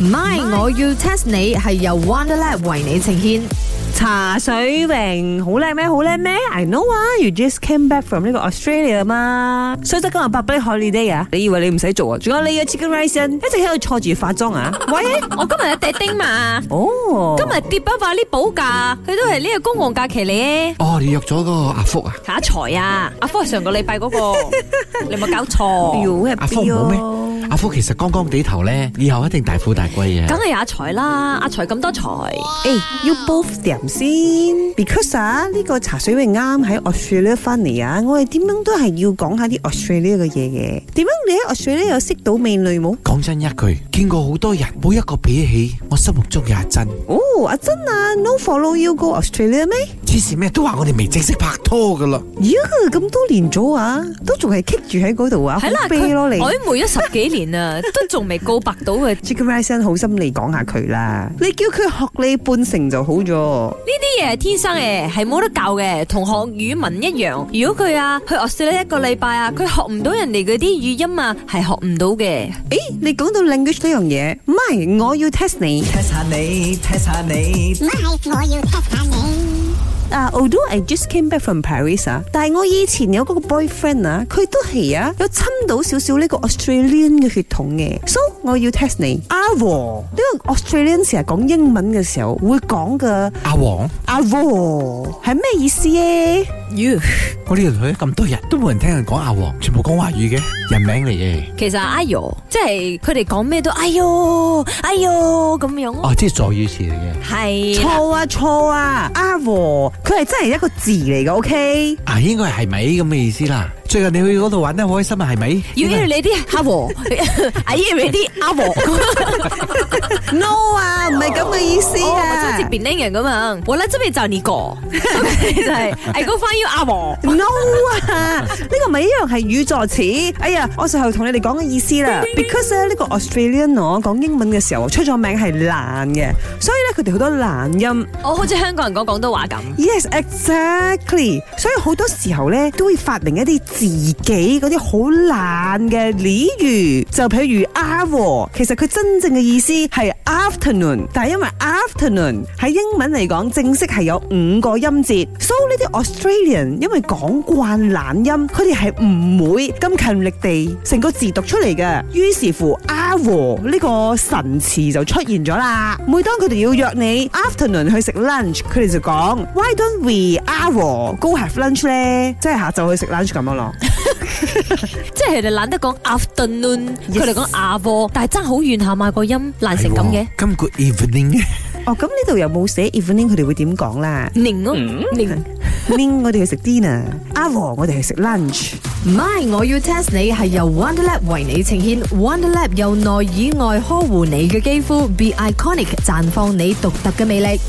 唔係，我要 test 你係由 Wonderland 為你呈現。茶水榮好叻咩？好叻咩？I know 啊，you just came back from 呢個 Australia 嘛，所以得今日 public holiday 啊！你以為你唔使做啊？仲有你嘅 chicken rice 啊一直喺度坐住化妝啊？ 喂，我哦今日有訂丁嘛，哦，今日跌不化呢補假，佢都係呢個公共假期嚟。哦，你約咗個阿福啊？下一財啊，阿科係上個禮拜 嗰個，你有冇搞錯？要阿福唔好哦咩？阿福其實光光地頭咧，以後一定大富大貴梗嘅。係阿財啦，阿財咁多財，誒，要 both them 先，because 啊呢個茶水榮啱喺 Australia 翻嚟啊，我哋點樣都係要講下啲 Australia 嘅嘢嘅。點樣你喺 Australia 有識到美女冇？講真一句，見過好多人，冇一個比起我心目中嘅阿珍。哦，阿珍啊，no follow you go Australia 咩？之前咩都話我哋未正式拍拖噶啦，咦，咁多年咗啊，都仲係棘住喺嗰度啊，好係啦，悲佢咯你。曖昧咗十幾 年啊，都仲未告白到佢。 Chicken Rice 好心你講下佢啦，你叫佢學你半成就好咗。呢啲嘢係天生嘅，係冇得教嘅，同學語文一樣。如果佢啊去 Australia 一個禮拜啊，佢學唔到人哋嗰啲語音啊，係學唔到嘅。誒，你講到 language 呢樣嘢，唔係我要 test 你。 test 下你，test 下你唔係，我要 test 下你。啊、a l t h o u g h I just came back from Paris 啊，但係我以前有嗰個 boyfriend 啊，佢都係啊，有侵到少少呢個 Australian 嘅血統嘅，so 我要 test 你。阿和，呢個 Australian 成日講英文嘅時候會講嘅阿黃，阿和係咩意思咧？我呢度去咗咁多人都冇人聽人講阿黃，全部講華語嘅人名嚟嘅。其實哎呦，即係佢哋講咩都哎呦，哎呦咁樣咯，哦，即係助語詞嚟嘅。係啦錯啊錯啊，阿和佢係真係一個字嚟嘅，OK？啊，應該係咪咁嘅意思啦？最近你去嗰度玩得好開心啊，係咪？要要你啲阿和，哎要你啲阿和， No 啊，唔係咁嘅 意思 哦我就好似啊。變靚人咁樣，我咧真係就你個，就係 I go find you 阿和。 No 啊，呢個咪一樣係語助詞。哎呀，我最後同你哋講嘅意思啦，because 咧呢個 Australian 我講英文嘅時候出咗名係懶嘅，所以咧佢哋好多懶音。我好似香港人講廣東話咁， Yes, exactly。所以好多時候咧都會發明一啲自己嗰啲好懶嘅俚語，就譬如 hour，其實佢真正嘅意思係 afternoon，但係因為 afternoon 喺英文嚟講正式係有五個音節，so 呢啲 Australian 因為講慣懶音，佢哋係唔會咁勤力地成個字讀出嚟嘅，於是乎 hour 呢個神詞就出現咗啦。每當佢哋要約你 afternoon 去食 lunch，佢哋就講 Why don't we hour go have lunch 咧？即係下晝去食 lunch 咁樣咯。即係佢哋懶得講 afternoon， Yes 佢哋講阿和，但係爭好遠下嘛個音，難成咁嘅係喎。今個 evening 哦，咁呢度又冇寫 evening，佢哋會點講啦寧咯，寧？evening 我哋去食 dinner，hour 我哋去食 lunch。唔係，我要 test 你係由 Wonderlab 為你呈現。Wonderlab 由內以外呵護你嘅肌膚，Be Iconic 綻放你獨特嘅魅力。